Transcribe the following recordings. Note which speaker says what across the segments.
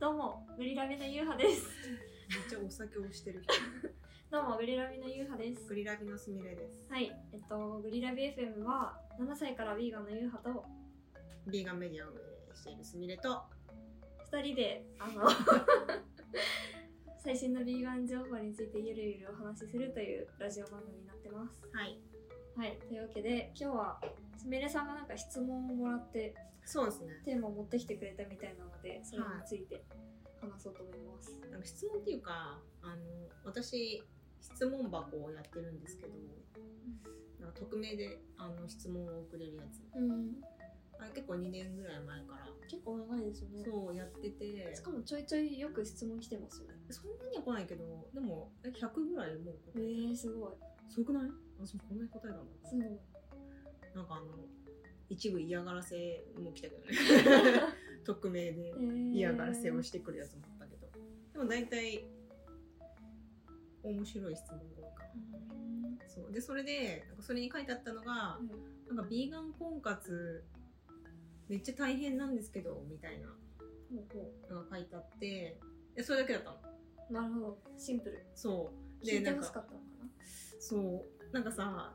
Speaker 1: どうも、グリラビのゆうはです。
Speaker 2: めっちゃお酒をしてる人。
Speaker 1: どうも、グリラビのゆうはです。
Speaker 2: グリラビのすみれです。
Speaker 1: はい、えっと、グリラビ FM は7歳からヴィーガンのゆうはと
Speaker 2: ビーガンメディアを運営しているすみれと、
Speaker 1: 2人で、あの、最新のヴィーガン情報についてゆるゆるお話しするというラジオ番組になってます。
Speaker 2: はい。
Speaker 1: はい、というわけで、今日はすみれさんがなんか質問をもらって
Speaker 2: そうですね。
Speaker 1: テーマを持ってきてくれたみたいなので、それについて話そうと思います。
Speaker 2: なんか質問っていうか、あの、私、質問箱をやってるんですけど、なんか匿名であの質問を送れるやつ。
Speaker 1: うん、
Speaker 2: あれ結構2年ぐらい前から、
Speaker 1: 結構長いですよね。
Speaker 2: そうやってて、
Speaker 1: し
Speaker 2: そ
Speaker 1: かもちょいちょいよく質問来てますよね。
Speaker 2: んなには来ないけど、でも、え100ぐらいもう
Speaker 1: え
Speaker 2: 答え、
Speaker 1: ー、すごい。
Speaker 2: すごくない私もこんなに答えたんだ。
Speaker 1: すごい。
Speaker 2: なんかあの、一部嫌がらせも来たけどね。 匿名で。 嫌がらせをしてくるやつもあったけど、でも大体面白い質問が多いか
Speaker 1: うーん
Speaker 2: らそうでそれでなんかそれに書いてあったのがなんかビーガン婚活めっちゃ大変なんですけどみたい
Speaker 1: ほうほ
Speaker 2: なのが書いてあってでそれだけだったの
Speaker 1: うなるほどシンプル
Speaker 2: そう
Speaker 1: 聞
Speaker 2: で
Speaker 1: いて
Speaker 2: なん
Speaker 1: ほしか
Speaker 2: か
Speaker 1: ったのか
Speaker 2: そうなんかさ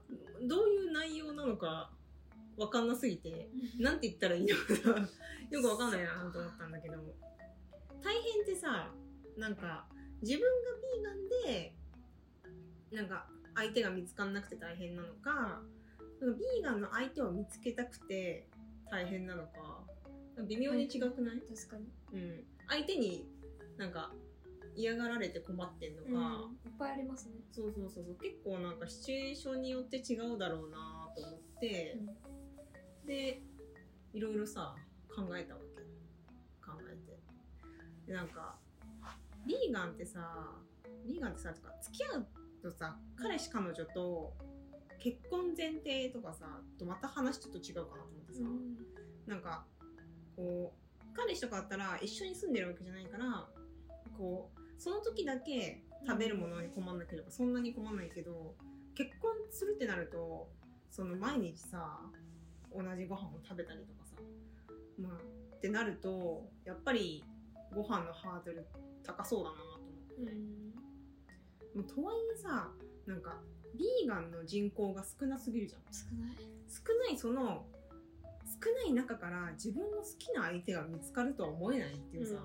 Speaker 2: どういう内容なのかわかんなすぎて
Speaker 1: な
Speaker 2: なんて言ったらいいの かよくわかんないなと思ったんだけども大変ってさなんか自分がヴィーガンでなんか相手が見つかんなくて大変なのかなんかヴィーガンの相手を見つけたくて大変なのかなんか微妙に違くない、
Speaker 1: 確かに
Speaker 2: うん、相手になんか嫌がられて困ってんのか、
Speaker 1: いっぱいありますね
Speaker 2: そうそうそうそう結構なんかシチュエーションによって違うだろうなと思って、でいろいろさ考えたわけ考えてでなんかヴィーガンってさヴィーガンってさとか付き合うとさ彼氏彼女と結婚前提とかさとまた話ちょっと違うかなと思ってさ、
Speaker 1: うん
Speaker 2: なんかこう彼氏とかだったら一緒に住んでるわけじゃないからこうその時だけ食べるものに困んなければそんなに困んないけど結婚するってなるとその毎日さ同じご飯を食べたりとかさまあってなるとやっぱりご飯のハードル高そうだなと思って、もうとはいえさなんかビーガンの人口が少なすぎるじゃん
Speaker 1: 少ない
Speaker 2: 少ないその少ない中から自分の好きな相手が見つかるとは思えないっていうさ、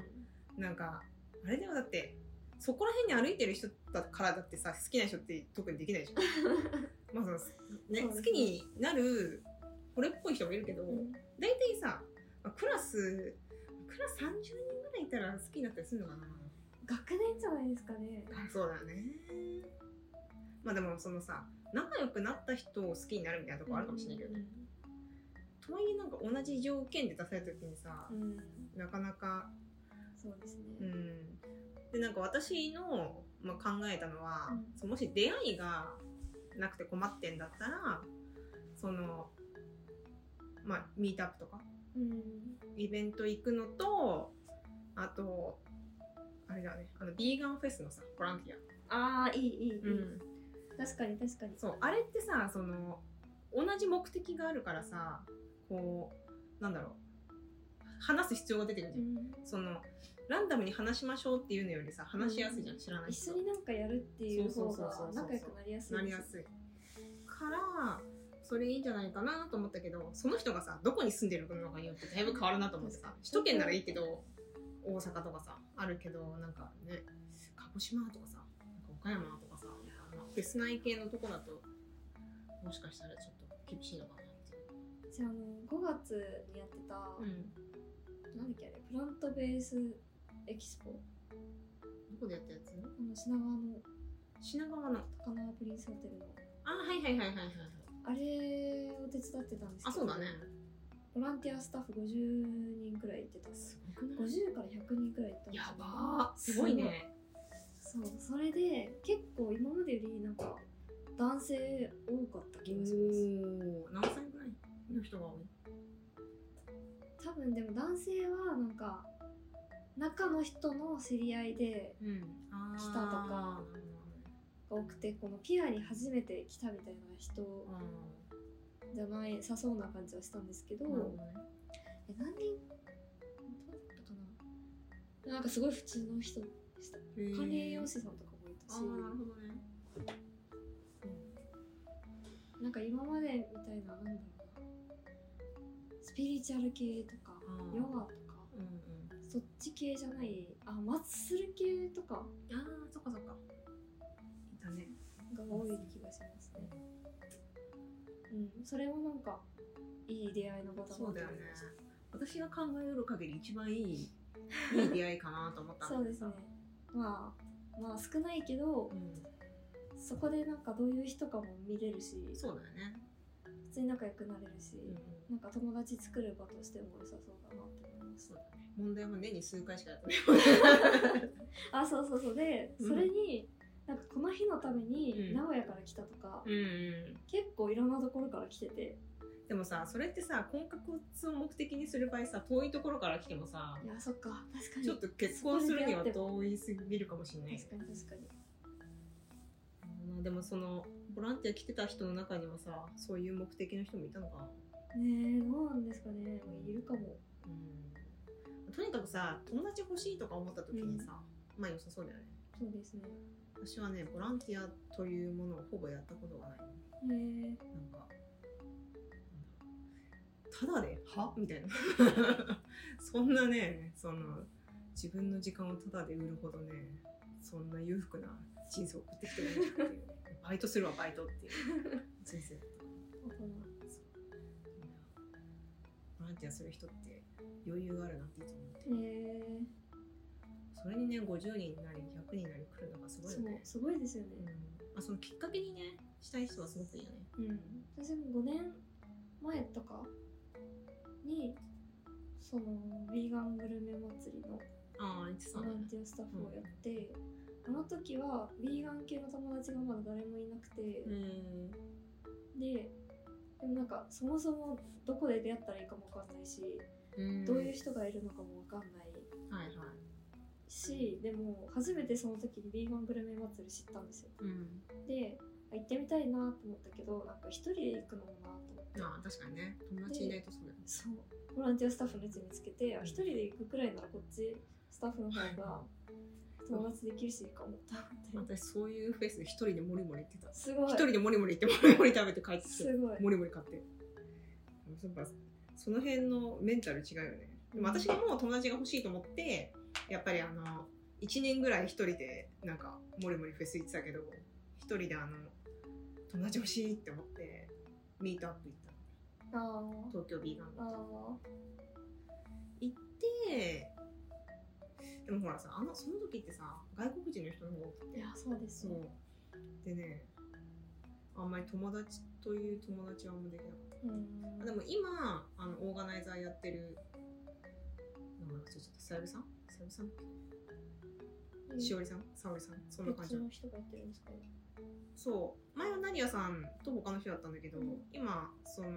Speaker 2: なんかあれでもだってそこら辺に歩いてる人だからだってさ好きな人って特にできないじゃ んまあそのね
Speaker 1: そうですね
Speaker 2: 好きになるこれっぽい人もいるけど、
Speaker 1: うん
Speaker 2: 大体さまあクラスクラス30人ぐらいいたら好きになったりするのかな
Speaker 1: 学年じゃないですかね
Speaker 2: そうだねまあでもそのさ仲良くなった人を好きになるみたいなとこあるかもしれないけどね、とはいえなんか同じ条件で出された時にさ
Speaker 1: う、んうん
Speaker 2: なかなか
Speaker 1: そうです
Speaker 2: う
Speaker 1: ね
Speaker 2: んでなんか私の、まあ、考えたのは、
Speaker 1: うん
Speaker 2: そのもし出会いがなくて困ってんだったらそのまあミートアップとか
Speaker 1: うん
Speaker 2: イベント行くのとあとあれだよねあのビーガンフェスのさボランティ
Speaker 1: ああいいいいいい
Speaker 2: ア、
Speaker 1: 確かに確かに
Speaker 2: そうあれってさその同じ目的があるからさこうなんだろう話す必要が出てくるじゃん
Speaker 1: うん
Speaker 2: そのランダムに話しましょうっていうのよりさ話しやすいじゃん知らない
Speaker 1: 一
Speaker 2: 人
Speaker 1: 緒になんかやるっていう方
Speaker 2: そうそうそうそ
Speaker 1: が
Speaker 2: うそう
Speaker 1: 仲良くなりやすい
Speaker 2: なりやすいからそれいいんじゃないかなと思ったけどその人がさどこに住んでるのかによってだいぶ変わるなと思ってさ首都圏ならいいけど大阪とかさあるけどなんかね鹿児島とかさなんか岡山とかさフェス内系のとこだともしかしたらちょっと厳しいのかなっていう
Speaker 1: じゃああの5月にやってた、なんだっけあれプラントベースエキスポ
Speaker 2: どこでやったやつ
Speaker 1: あの品川の
Speaker 2: 品川の
Speaker 1: 高輪プリンスホテルの
Speaker 2: あはいはいはいはいはい
Speaker 1: あれを手伝ってたんですけど
Speaker 2: あそうだね
Speaker 1: ボランティアスタッフ50人くらい行ってたんです
Speaker 2: すごくない
Speaker 1: 50から100人くらい行ったんですよ
Speaker 2: やばーすごいね
Speaker 1: そうそれで結構今までよりなんか男性多かった気がします
Speaker 2: おー何歳ぐらいの人が多い
Speaker 1: 多分でも男性はなんか中の人の知り合いで
Speaker 2: うん、あー
Speaker 1: 来たとか多くてこのピアに初めて来たみたいな人
Speaker 2: う
Speaker 1: じゃないさそうな感じはしたんですけど、
Speaker 2: ん、なるほどね
Speaker 1: え何人どうだったかななんかすごい普通の人でした。カレー用紙さんとかもいた
Speaker 2: あ
Speaker 1: し
Speaker 2: あ、なるほどね。
Speaker 1: なんか今までみたいな、なんだろうな。スピリチュアル系とか
Speaker 2: あ、ー
Speaker 1: ヨガとか、
Speaker 2: うんうん。
Speaker 1: そっち系じゃない、あ、マッスル系とか
Speaker 2: ああ、そっかそっか。いたね。
Speaker 1: が多い気がしますね。うん、それもなんか、いい出会いの場だなと
Speaker 2: そ
Speaker 1: 思
Speaker 2: う
Speaker 1: い
Speaker 2: だ
Speaker 1: ま
Speaker 2: よね
Speaker 1: した。。
Speaker 2: 私が考えうる限り一番 いい、いい出会いかなと思った。
Speaker 1: そうですね。まあ、まあ少ないけど
Speaker 2: う、ん。
Speaker 1: そこでなんかどういう人かも見れるし、
Speaker 2: そうだよね。
Speaker 1: 普通に仲良くなれるし、
Speaker 2: う
Speaker 1: な
Speaker 2: ん。
Speaker 1: んか友達作る場としても良さそうだなって思いまし
Speaker 2: そうだね。問題も年に数回しかやってない。
Speaker 1: た。あ、そうそうそう。で、
Speaker 2: うん
Speaker 1: それに、なんかこの日のため
Speaker 2: う
Speaker 1: に
Speaker 2: ん
Speaker 1: 名古屋から来たとか、
Speaker 2: うんうん。
Speaker 1: 結構いろんなところから来てて、
Speaker 2: でもさ、それってさ、婚活を目的にする場合さ、遠いところから来てもさ、
Speaker 1: いや、そっか、確かに。
Speaker 2: ちょっと結婚するには遠いすぎるかもしれないよね
Speaker 1: 確かに確かに。
Speaker 2: うんでもそのボランティア来てた人の中にはさそういう目的の人もいたのかな、
Speaker 1: ねえ、どうなんですかね。いるかも。
Speaker 2: とにかくさ友達欲しいとか思った時にさ、まあ良さそうだよね
Speaker 1: そうですね。
Speaker 2: 私はねボランティアというものをほぼやったことがないな
Speaker 1: ねえ
Speaker 2: んかなんだろうただではみたいな そんなねその自分の時間をただで売るほどねそんな裕福な人生を送ってきてないっていうバイトするわバイトっていう人生
Speaker 1: わかんない
Speaker 2: ボランティアする人って余裕があるなっていつも思って
Speaker 1: ねえ
Speaker 2: それにね50人になり100人になり来るのがすごい
Speaker 1: そ
Speaker 2: よ
Speaker 1: う
Speaker 2: ね、
Speaker 1: すごいですよね。
Speaker 2: うん、あそのきっかけにねしたい人はすごくいいよね
Speaker 1: うん、私も5年前とかにそのヴィーガングルメ祭りの
Speaker 2: ああいつさ
Speaker 1: ボ
Speaker 2: ん
Speaker 1: ランティアスタッフをやって、あの時はヴィーガン系の友達がまだ誰もいなくて、
Speaker 2: ん
Speaker 1: ででもなんかそもそもどこで出会ったらいいかもわかんないし、どういう人がいるのかもわかんない
Speaker 2: はいはい
Speaker 1: しでも初めてその時にヴィーガングルメ祭り知ったんですよ
Speaker 2: うん
Speaker 1: であ行ってみたいなと思ったけどなんか一人で行くのもなと思って
Speaker 2: ああ確かにね友達いないとそうだよね
Speaker 1: そうボランティアスタッフのやつ見つけてあ一人で行くくらいならこっちスタッフの方が友達できるしいいかもと思って
Speaker 2: 私そういうフェス一人でモリモリ行ってた
Speaker 1: すごい
Speaker 2: 一人でモリモリ行ってモリモリ食べて帰ってきて
Speaker 1: すごい
Speaker 2: モリモリ買ってやっぱその辺のメンタル違うよねでも私がもう友達が欲しいと思ってやっぱりあの1年ぐらい一人でなんかモリモリフェス行ってたけど一人であの友達欲しいって思ってミートアップ行った
Speaker 1: あー
Speaker 2: 東京ビーガン
Speaker 1: あ
Speaker 2: の行ってでもほらさあのその時ってさ外国人の人の方が多く
Speaker 1: ーい
Speaker 2: て
Speaker 1: やそうですね
Speaker 2: そうでねあんまり友達という友達はあんまできなかった
Speaker 1: うん
Speaker 2: でも今あのオーガナイザーやってるなんかちょっとさゆりさんさゆりさん
Speaker 1: うん
Speaker 2: しおりさんさおりさんそんな感
Speaker 1: 別
Speaker 2: じ
Speaker 1: の人がやってるんですかね
Speaker 2: そう前はナディアさんと他の人だったんだけど、
Speaker 1: うん
Speaker 2: 今その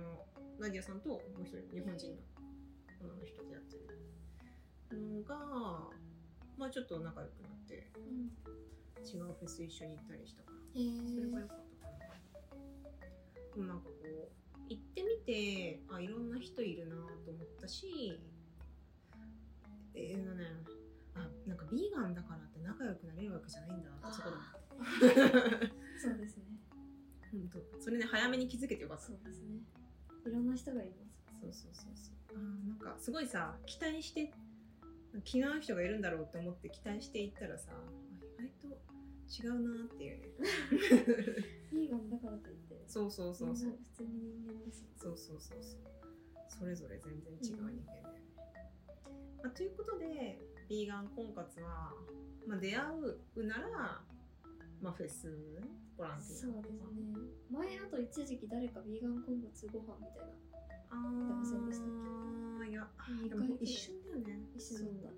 Speaker 2: ナディアさんともう一人日本人の女の人でやってるのがまあちょっと仲良くなって
Speaker 1: うん
Speaker 2: 違うフェス一緒に行ったりしたから
Speaker 1: へー
Speaker 2: それが良かったかな。でもなんかこう行ってみてあいろんな人いるなと思ったしえー、ねあなんかビーガンだからって仲良くなれるわけじゃないんだなってそこでも
Speaker 1: そうですね
Speaker 2: 本当それね早めに気づけてよかった
Speaker 1: そ
Speaker 2: そう
Speaker 1: うですねいろんな人がいます
Speaker 2: そうそうそうあーなんかすごいさ期待して気の合う人がいるんだろうって思って期待していったらさあ意外と違うなっていうね
Speaker 1: ヴィーガンだからといって
Speaker 2: そうそうそうそう
Speaker 1: みんな普通に人間ですね
Speaker 2: そうそうそうそう。それぞれ全然違う人間だよね。まあ、ということで、ビーガン婚活は、まあ、出会うなら、まあ、フェス、ボランティア。
Speaker 1: そうですね。前あと一時期誰かヴィーガン昆布ご飯みたいな
Speaker 2: あ
Speaker 1: 男性でしたっ
Speaker 2: あ、いや、でも一瞬だよね。
Speaker 1: 一緒なんだ。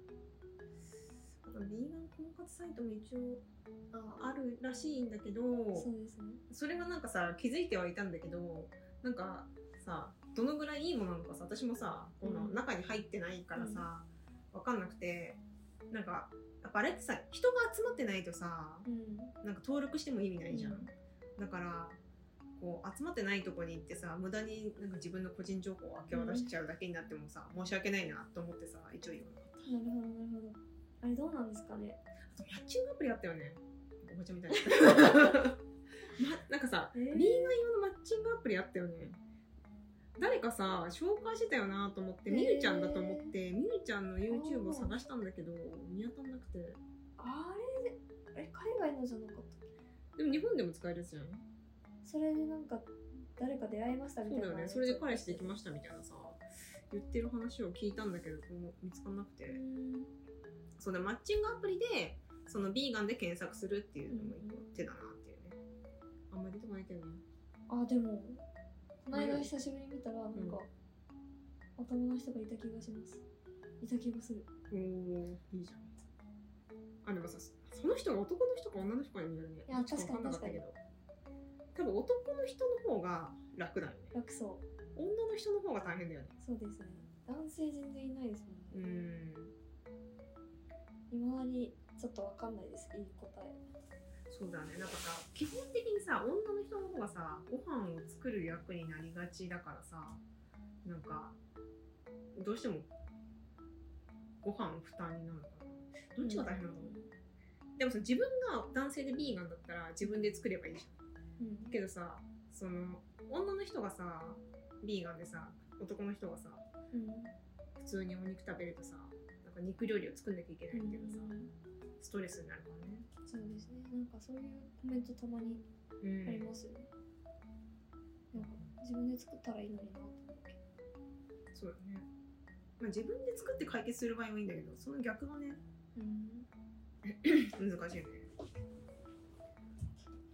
Speaker 2: そう。あとビーガン婚活サイトも一応
Speaker 1: あ
Speaker 2: あるらしいんだけど、
Speaker 1: あ、そうですね。
Speaker 2: それはなんかさ気づいてはいたんだけどなんかさどのぐらいいいものなのかさ私もさこの
Speaker 1: うん
Speaker 2: 中に入ってないからさ、わかんなくてなんかやっぱあれってさ人が集まってないとさ
Speaker 1: うん。
Speaker 2: なんか登録しても意味ないじゃん、
Speaker 1: うん
Speaker 2: だからこう集まってないとこに行ってさ無駄になんか自分の個人情報を明け渡しちゃうだけになってもさ、申し訳ないなと思ってさ一応言わなかっ
Speaker 1: なるほどなるほど。あれどうなんですかね
Speaker 2: あとマッチングアプリあったよねおばちゃんみたいな、 ま、なんかさ
Speaker 1: えー
Speaker 2: リーガン用のマッチングアプリあったよね誰かさ紹介してたよなと思って
Speaker 1: へー
Speaker 2: みゆちゃんだと思ってみゆちゃんの YouTube を探したんだけど見当たんなくて
Speaker 1: あれえ海外のじゃなかったっけ
Speaker 2: でも日本でも使えるやつじゃん
Speaker 1: それでなんか誰か出会いましたみ
Speaker 2: そ
Speaker 1: たい
Speaker 2: うだ
Speaker 1: な
Speaker 2: よねそれで彼氏できましたみたいなさ言ってる話を聞いたんだけどもう見つからなくて、
Speaker 1: うん
Speaker 2: そのマッチングアプリでそのビーガンで検索するっていうのも一個手だなっていうねあんまり出てこないけどね
Speaker 1: あでもこの間久しぶりに見たらなんか、頭の人がいた気がしますいた気がする
Speaker 2: おおいいじゃんあでもさその人が男の人か女の人かによるね
Speaker 1: いや
Speaker 2: ちょっ
Speaker 1: 確
Speaker 2: と
Speaker 1: かに
Speaker 2: わんなったけど多分男の人の方が楽だよね
Speaker 1: 楽そう
Speaker 2: 女の人の方が大変だよね
Speaker 1: そうですね男性全然いないですも
Speaker 2: うん
Speaker 1: ね、
Speaker 2: ん
Speaker 1: 今まにちょっとわかんないですいい答え
Speaker 2: そうだねなんかさ基本的にさ女の人の方がさご飯を作る役になりがちだからさなんかどうしてもご飯負担になるのかなどっちが大変なのかな、でもさ自分が男性でビーガンだったら自分で作ればいいじゃ
Speaker 1: うん
Speaker 2: んけどさその女の人がさビーガンでさ男の人がさ
Speaker 1: うん
Speaker 2: 普通にお肉食べるとさなんか肉料理を作んなきゃいけないっていうかさ、
Speaker 1: うん
Speaker 2: ストレスになるからね
Speaker 1: そうですねなんかそういうコメントたまに
Speaker 2: うん
Speaker 1: ありますよね、なんか自分で作ったらいいのになと思うけど
Speaker 2: そうだね。まあ、自分で作って解決する場合はいいんだけど、その逆はね、
Speaker 1: うん
Speaker 2: 難しいよね。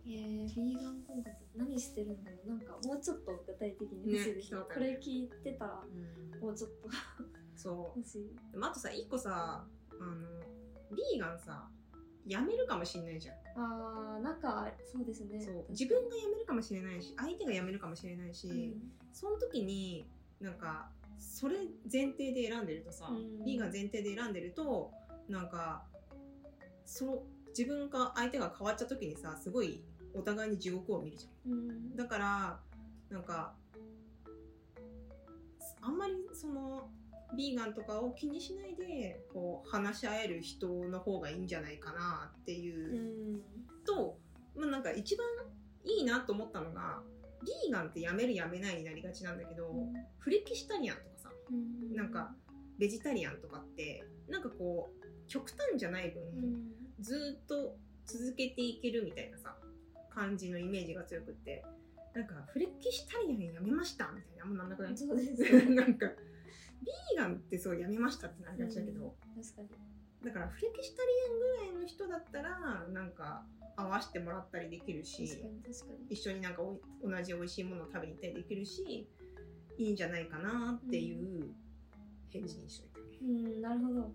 Speaker 1: えー、ビーガン婚活何してるんだろうなんかもうちょっと具体的に欲しいです、
Speaker 2: ね聞きたかった
Speaker 1: こ
Speaker 2: よ
Speaker 1: れ
Speaker 2: ね
Speaker 1: 聞いてたらもうちょっと
Speaker 2: そう。
Speaker 1: 欲しい
Speaker 2: でもあとさ、一個さ、あの、ビーガンさ、やめるかもしれないじゃん。
Speaker 1: あーなんかそうですね
Speaker 2: そう。自分がやめるかもしれないし、相手がやめるかもしれないし、その時に、なんか、それ前提で選んでるとさ、
Speaker 1: うん
Speaker 2: ビーガン前提で選んでると、なんか、その、自分が相手が変わっちゃった時にさ、すごいお互いに地獄を見るじゃん。
Speaker 1: うん、うん、
Speaker 2: だからなんかあんまりそのビーガンとかを気にしないでこう話し合える人の方がいいんじゃないかなって
Speaker 1: う
Speaker 2: いう、
Speaker 1: ん
Speaker 2: と、まあ、なんか一番いいなと思ったのがビーガンってやめるやめないになりがちなんだけど、フレキシタリアンとかさ
Speaker 1: うん
Speaker 2: なんかベジタリアンとかってなんかこう極端じゃない分、
Speaker 1: うん
Speaker 2: ずーっと続けていけるみたいなさ感じのイメージが強くってなんかフレキシタリアンやめましたみたいなあんまなんなくない
Speaker 1: そうですね
Speaker 2: なんかビーガンってそうやめましたってなりがちだけど、
Speaker 1: 確かに
Speaker 2: だからフレキシタリアンぐらいの人だったらなんか合わせてもらったりできる
Speaker 1: 確か
Speaker 2: し
Speaker 1: に確かに
Speaker 2: 一緒になんかおい同じ美味しいものを食べに行ったりできるしいいんじゃないかなっていう返事にしといたね、
Speaker 1: うんなるほど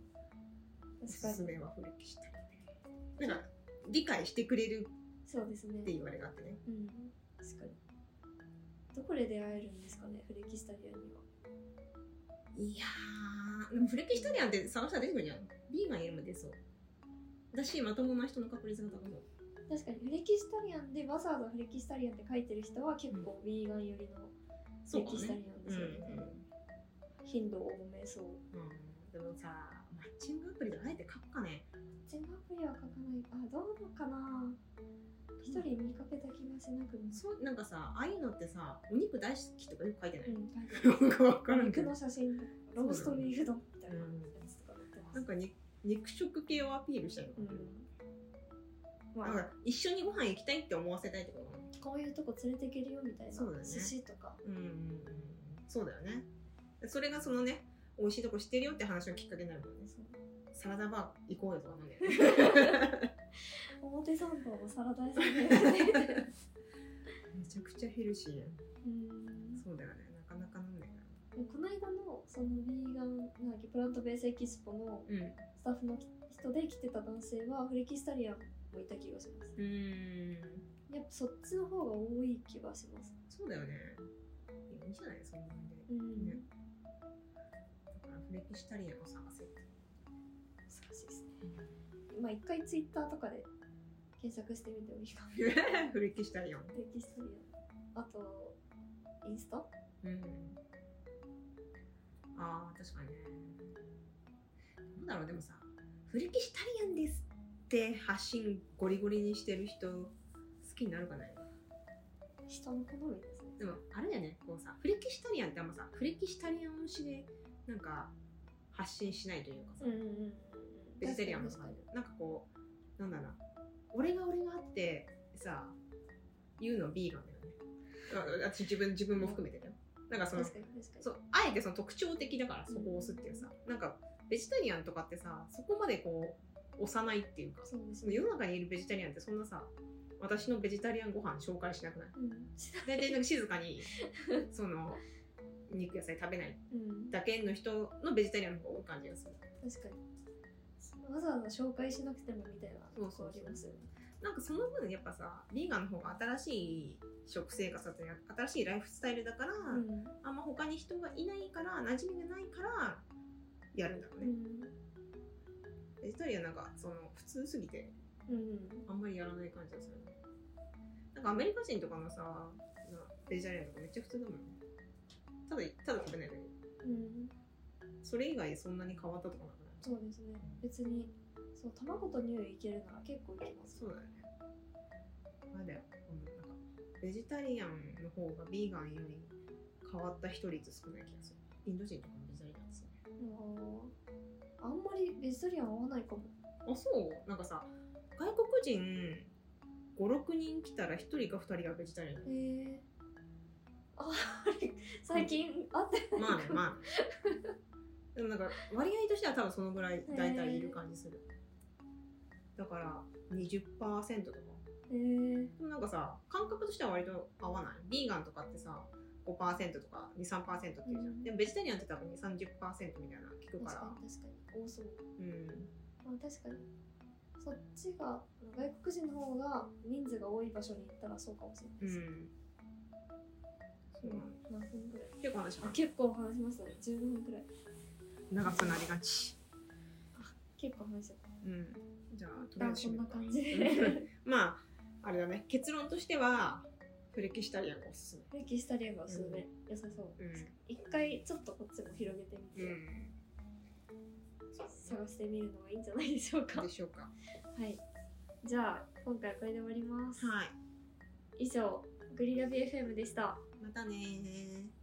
Speaker 2: お
Speaker 1: 確
Speaker 2: す
Speaker 1: か
Speaker 2: す
Speaker 1: に
Speaker 2: めはフレキシタリアンなんか理解してくれる
Speaker 1: そうですね
Speaker 2: って言われがあってね
Speaker 1: うん確かにどこで出会えるんですかねフレキシタリアンにはい
Speaker 2: やーでもフレキシタリアンって探したら出てくるじゃんビーガンよりも出そうだしまともな人の確率が高い
Speaker 1: 確かにフレキシタリアンでわざわざフレキシタリアンって書いてる人は結構ビーガン寄りのフ
Speaker 2: そう
Speaker 1: レ
Speaker 2: か
Speaker 1: キシタリ
Speaker 2: ね
Speaker 1: アンです
Speaker 2: うん、う、
Speaker 1: よね、頻度多めそうん
Speaker 2: でもさマッチングアプリであえて書くかね
Speaker 1: 全部アプリは書かないあどうなのかな一人見かけた気がしなくも
Speaker 2: そうなんかさああいうのってさお肉大好きとかよく書いてな
Speaker 1: うん
Speaker 2: い、
Speaker 1: 書いて
Speaker 2: よくわ
Speaker 1: あ
Speaker 2: か
Speaker 1: る
Speaker 2: らんけ
Speaker 1: 肉
Speaker 2: ど
Speaker 1: の写真とかローストビーフ丼みたいなやつとか載ってます
Speaker 2: なんかに肉食系をアピールしたいの
Speaker 1: う
Speaker 2: かな、
Speaker 1: ん
Speaker 2: なん
Speaker 1: まあ
Speaker 2: か一緒にご飯行きたいって思わせたいってことかな
Speaker 1: こういうとこ連れてけるよみたいな
Speaker 2: そうだね
Speaker 1: 寿司とか
Speaker 2: うんうんうんそうだよねそれがそのね美味しいとこ知ってるよって話のきっかけになるもんね
Speaker 1: そう
Speaker 2: サラダバー行こうよとかなんだよね
Speaker 1: 表参道のサラダ屋さんで
Speaker 2: めちゃくちゃヘルシーやん
Speaker 1: うん
Speaker 2: そうだよねなかなかなんだよ
Speaker 1: でこの間のそのビーガンなんだっけプラントベースエキスポの
Speaker 2: ね
Speaker 1: スタッフの人で来てた男性はフレキスタリアンもいた気がします
Speaker 2: うんうん
Speaker 1: やっぱそっちの方が多い気がします
Speaker 2: そうだよねいいんじゃないそんなんで
Speaker 1: うん
Speaker 2: ねだからフレキシタリアンを探せ って
Speaker 1: 難しいですねまあ一回ツイッターとかで検索してみてもいいかも
Speaker 2: フレキシタリアン
Speaker 1: フレキスタリアンあとインスタ
Speaker 2: うんああ確かにねなんだろうでもさ古着シタリアンですって発信ゴリゴリにしてる人好きになるかない
Speaker 1: 人の好みですね
Speaker 2: でもあれだよねこうさフレキシタリアンってあんまさフレキシタリアン推しでなんか発信しないというかさ、
Speaker 1: うんうんうん
Speaker 2: ベジタリアンも
Speaker 1: 確
Speaker 2: さ
Speaker 1: かに
Speaker 2: なんかこうなんだろうな俺が俺がってさ言うのビーガンだよねあ私自分自分も含めてだよなんかその
Speaker 1: 確かに確かに
Speaker 2: そうあえてその特徴的だからそこを押すっていうさ、なんかベジタリアンとかってさそこまでこう押さないっていうか
Speaker 1: そうです
Speaker 2: その世の中にいるベジタリアンってそんなさ私のベジタリアンご飯紹介しなくない
Speaker 1: うんしない
Speaker 2: 大体なんか静 かにその肉野菜食べない
Speaker 1: うん
Speaker 2: だけの人のベジタリアンの方が多い感じがする
Speaker 1: 確かにわざわざ紹介しなくてもみたいな
Speaker 2: そう
Speaker 1: と
Speaker 2: そ
Speaker 1: こ
Speaker 2: うそう
Speaker 1: ありますよね
Speaker 2: なんかその分やっぱさビーガンの方が新しい食生活だったり新しいライフスタイルだから、
Speaker 1: うん
Speaker 2: あんま他に人がいないから馴染みがないからやるんだろう
Speaker 1: う
Speaker 2: ね、
Speaker 1: ん
Speaker 2: ベジタリアンなんかその普通すぎて
Speaker 1: うん
Speaker 2: あんまりやらない感じがするねなんかアメリカ人とかのさベジタリアンとかめっちゃ普通だもんねただただ食べないだけ
Speaker 1: うん
Speaker 2: それ以外そんなに変わったとかなくない
Speaker 1: そうですね別にそう卵と乳いけるなら結構いけます
Speaker 2: そうだよね。あれだよ、うん、なんかベジタリアンの方がビーガンより変わった人率少ない気がする。インド人とかもベジタリアンですよね。
Speaker 1: あーあんまりベジタリアン合わないかも
Speaker 2: あ、そうなんかさ、外国人5、6人来たら1人か2人がベジタリアン。
Speaker 1: へえあれ最近会ってない
Speaker 2: まあね、まあね。でもなんか割合としては多分そのぐらい大体いる感じする。だから20%とか。
Speaker 1: へえ
Speaker 2: でもなんかさ、感覚としては割と合わない。ビーガンとかってさ、5%とか2、3%っていうじゃん。
Speaker 1: うん
Speaker 2: でもベジタリアンって多分2、30%みたいなの聞く
Speaker 1: 確
Speaker 2: から。
Speaker 1: かに確かに多そう
Speaker 2: うん。
Speaker 1: まあ確かにそっちが外国人の方が人数が多い場所に行ったらそうかもしれないうです、
Speaker 2: ん。そうなんだ
Speaker 1: 何分ぐらい
Speaker 2: 結構話
Speaker 1: あ
Speaker 2: します。
Speaker 1: 結構話しましたね15分くらい
Speaker 2: 長くなりがち。
Speaker 1: 結構話しちゃった
Speaker 2: うん。じゃあ、とりあえ
Speaker 1: あ
Speaker 2: ず
Speaker 1: そ
Speaker 2: 締
Speaker 1: ん
Speaker 2: め
Speaker 1: な
Speaker 2: ようか
Speaker 1: 感 じ
Speaker 2: うん まあ、あれだね。結論としては、フレキシタリアンがおすす
Speaker 1: フレキシタリアンがおすすめ、良さそう
Speaker 2: め。
Speaker 1: 一回ちょっとこっちも広げてみ
Speaker 2: うん。う
Speaker 1: て、
Speaker 2: ん。
Speaker 1: 探してみるのがいいんじゃないでしょうか
Speaker 2: でしょうか。
Speaker 1: はいじゃあ今回はこれで終わります、
Speaker 2: はい。
Speaker 1: 以上グリラビ FM でした
Speaker 2: またねー。